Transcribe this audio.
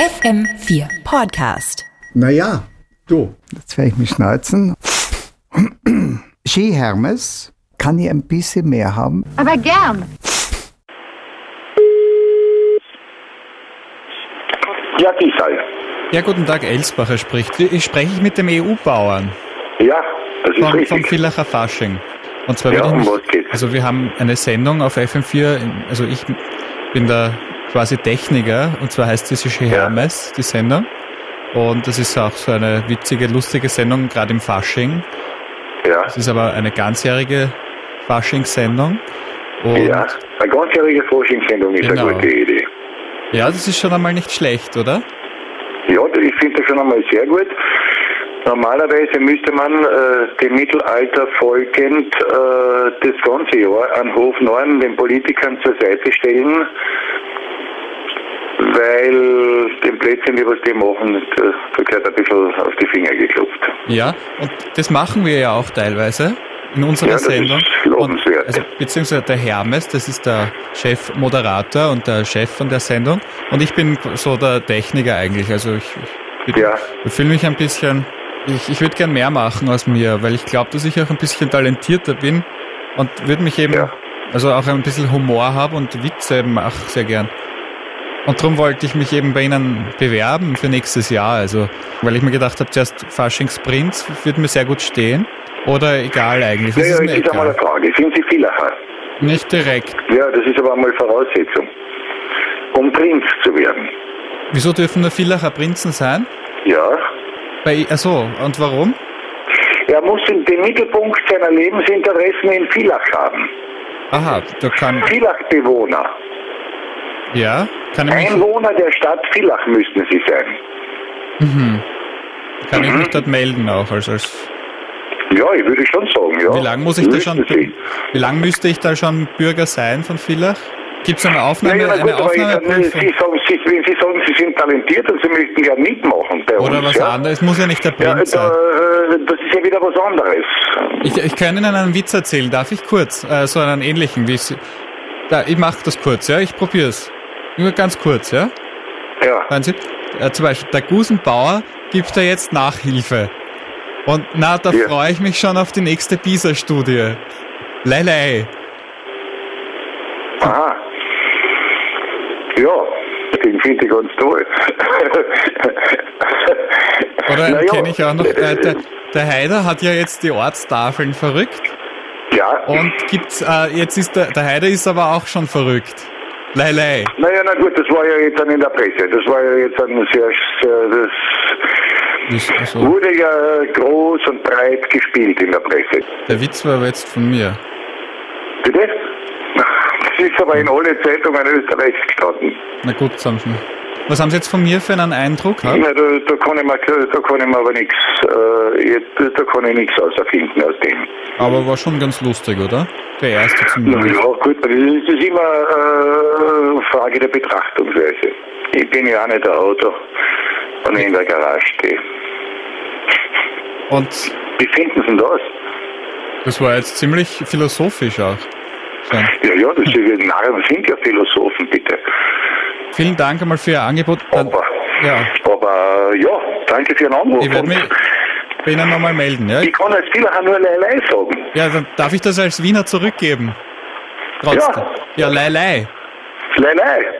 FM4 Podcast. Naja, du. Jetzt werde ich mich schnalzen. Ski Hermes, kann ich ein bisschen mehr haben? Aber gern. Ja, Gisal. Ja, guten Tag, Elsbacher spricht. Ich spreche ich mit dem EU-Bauern Ja, das ist vom, vom richtig. Villacher Fasching. Und zwar Ja, will ich um mich- was geht's? Also wir haben eine Sendung auf FM4, in- also ich bin da quasi Techniker und zwar heißt diese She Hermes, die Sendung. Und das ist auch so eine witzige, lustige Sendung, gerade im Fasching. Ja, Es ist aber eine ganzjährige Faschingssendung. Und ja. Eine ganzjährige Forschungssendung ist Genau. eine gute Idee. ja, das ist schon einmal nicht schlecht, oder? Ja, ich finde das schon einmal sehr gut. Normalerweise müsste man äh, dem Mittelalter folgend äh, das ganze Jahr an Hofnorm den Politikern zur Seite stellen, weil dem Plätzchen, die was die machen, da, da gehört ein bisschen auf die Finger geklopft. Ja, und das machen wir ja auch teilweise in unserer Ja, das ist Sendung. lobenswert. Und, also, beziehungsweise der Hermes, das ist der Chefmoderator und der Chef von der Sendung. Und ich bin so der Techniker eigentlich. Also ich, ich, bin- Ja. ich fühle mich ein bisschen, ich, ich würde gern mehr machen aus mir, weil ich glaube, dass ich auch ein bisschen talentierter bin und würde mich eben, Ja. also auch ein bisschen Humor habe und Witze mache sehr gern. Und darum wollte ich mich eben bei Ihnen bewerben für nächstes Jahr. Also, weil ich mir gedacht habe, zuerst Faschingsprinz wird mir sehr gut stehen. Oder egal eigentlich. Ja, Das ja, ist jetzt mir ist einmal eine egal. Frage. Sind Sie Villacher? Nicht direkt. Ja, das ist aber einmal Voraussetzung, um Prinz zu werden. Wieso dürfen nur Villacher Prinzen sein? Ja, Bei, achso, und warum? Er muss in den Mittelpunkt seiner Lebensinteressen in Villach haben. Aha, da kann, Villach-Bewohner. ja, kann ich mich, Einwohner der Stadt Villach müssten sie sein. kann ich mich Mhm. dort melden auch. Also, als, Ja, ich würde schon sagen, ja. wie lange muss ich da schon, Müssten Sie. wie lange müsste ich da schon Bürger sein von Villach? Gibt es eine Ja, Aufnahme, ja, na eine gut, aber ich kann, nicht- Aufnahmeprüfung? sie sagen, sie, wenn Sie sagen, Sie sind talentiert und Sie möchten ja mitmachen bei Oder uns, was ja? anderes? Es muss ja nicht der Ja, Prinz da, sein. äh, das ist ja wieder was anderes. Ich, ich kann Ihnen einen Witz erzählen, darf ich kurz? Äh, so einen ähnlichen, wie Sie. Da, ich mache das kurz, ja, ich probiere es. Nur ganz kurz, ja? Ja, Hören Sie? Äh, zum Beispiel, der Gusenbauer gibt da jetzt Nachhilfe. Und na, da Ja. freue ich mich schon auf die nächste PISA-Studie. Lelei. aha. Ja, den finde ich ganz toll. Oder Na den ja. kenne ich auch noch. Äh, der, der Heider hat ja jetzt die Ortstafeln verrückt. Ja, Und gibt's, äh, jetzt ist der, der Heider ist aber auch schon verrückt. Lelei. Naja, na gut, das war ja jetzt dann in der Presse. Das war ja jetzt ein sehr, sehr das Ist- Also, wurde ja groß und breit gespielt in der Presse. der Witz war aber jetzt von mir. Bitte? Das ist aber in alle Zeitungen Österreichs gestanden. Na gut, Samson. Was haben Sie jetzt von mir für einen Eindruck? gehabt? Na, da, da, kann ich mir, da kann ich mir aber nichts, äh, jetzt- da kann ich nichts auserfinden aus dem. Aber war schon ganz lustig, oder? Der erste Na zumindest. ja, gut, das ist immer äh, Frage der Betrachtungsweise. Ich bin ja auch nicht ein Auto, wenn ich in der Garage stehe. Und Wie finden Sie denn das? das war jetzt ziemlich philosophisch auch. Schön. Ja, ja, das sind, wir Narren sind ja Philosophen, bitte. Vielen Dank einmal für Ihr Angebot. Dann, Aber, ja, aber ja, danke für den Anruf. ich werde Und mich bei Ihnen nochmal melden. Ja? ich kann als Spieler auch nur Leilei sagen. ja, dann darf ich das als Wiener zurückgeben. Trotzdem. Ja, Leilei. Leilei.